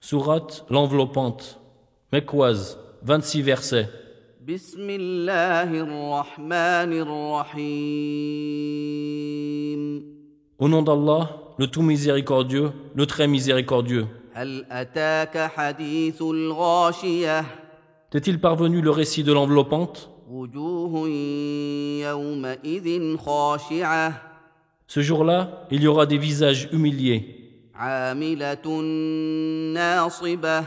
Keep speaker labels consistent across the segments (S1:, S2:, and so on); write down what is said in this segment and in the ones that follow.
S1: Sourate l'enveloppante, Mekwaz, 26 versets.
S2: بسم الله الرحمن الرحيم
S1: Au nom d'Allah, le tout miséricordieux, le très miséricordieux.
S2: هل أتاك حديث الغاشية
S1: T'est-il parvenu le récit de l'enveloppante
S2: وجوه يومئذ خاشعة
S1: Ce jour-là, il y aura des visages humiliés,
S2: عاملة ناصبة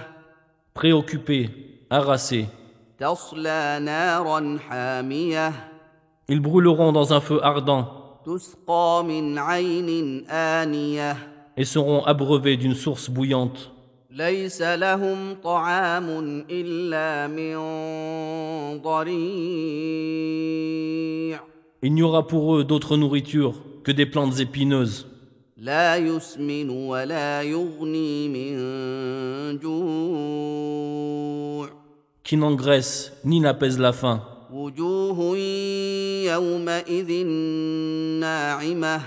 S1: préoccupés, harassés.
S2: تصلى نارا حامية
S1: Ils brûleront dans un feu ardent
S2: تسقى من عين آنية
S1: et seront abreuvés d'une source bouillante.
S2: ليس لهم طعام إلا من ضريع
S1: Il n'y aura pour eux d'autre nourriture que des plantes épineuses.
S2: لا يسمن ولا يغني من جوع
S1: qui n'engraisse ni n'apaise la faim.
S2: وجوه يومئذ ناعمة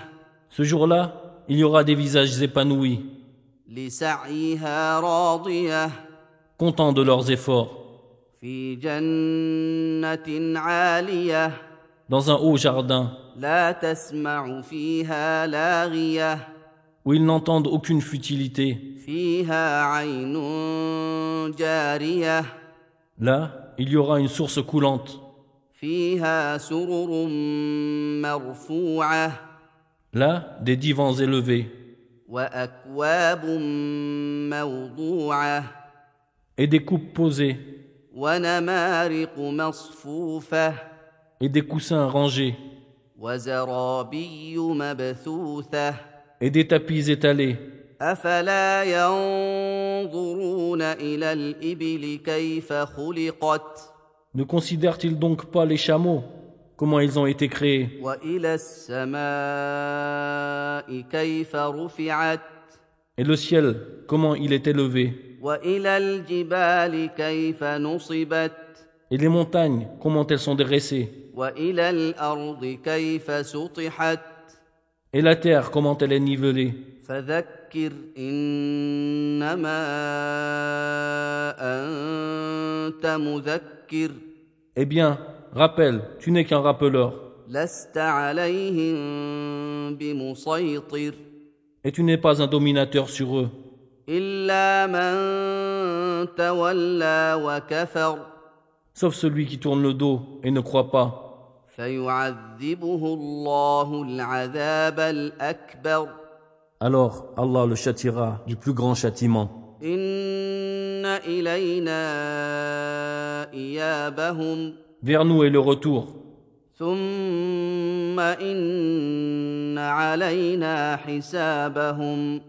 S1: Ce jour-là, il y aura des visages épanouis,
S2: لسعيها راضية
S1: contents de leurs efforts,
S2: في جنة عالية
S1: dans un haut jardin,
S2: لا تسمع فيها لاغية
S1: où ils n'entendent aucune futilité.
S2: فيها عين جارية
S1: Là, il y aura une source coulante.
S2: فيها سرر مرفوعة
S1: Là, des divans élevés
S2: وأكواب موضوعة
S1: et des coupes posées
S2: ونمارق مصفوفة
S1: et des coussins rangés
S2: وزرابي مبثوثة
S1: et des tapis étalés.
S2: أفلا ينظرون إلى الإبل كيف خلقت
S1: Ne considèrent-ils donc pas les chameaux Comment ils ont été créés
S2: وإلى السماء كيف رفعت
S1: Et le ciel, comment il est élevé
S2: وإلى الجبال كيف نصبت
S1: Et les montagnes, comment elles sont dressées
S2: وإلى الأرض كيف سطحت
S1: Et la terre, comment elle est nivelée
S2: فذكر إنما أنت مذكر
S1: Eh bien, rappelle, tu n'es qu'un rappeleur,
S2: لست عليهم بمسيطر
S1: et tu n'es pas un dominateur sur eux,
S2: إلا من تولى وكفر
S1: sauf celui qui tourne le dos et ne croit pas.
S2: فيعذبه الله العذاب الأكبر
S1: Alors Allah le châtiera du plus grand châtiment.
S2: إن إلينا إيابهم
S1: Vers nous est le retour,
S2: ثم إن علينا حسابهم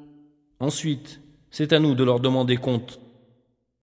S1: ensuite c'est à nous de leur demander compte.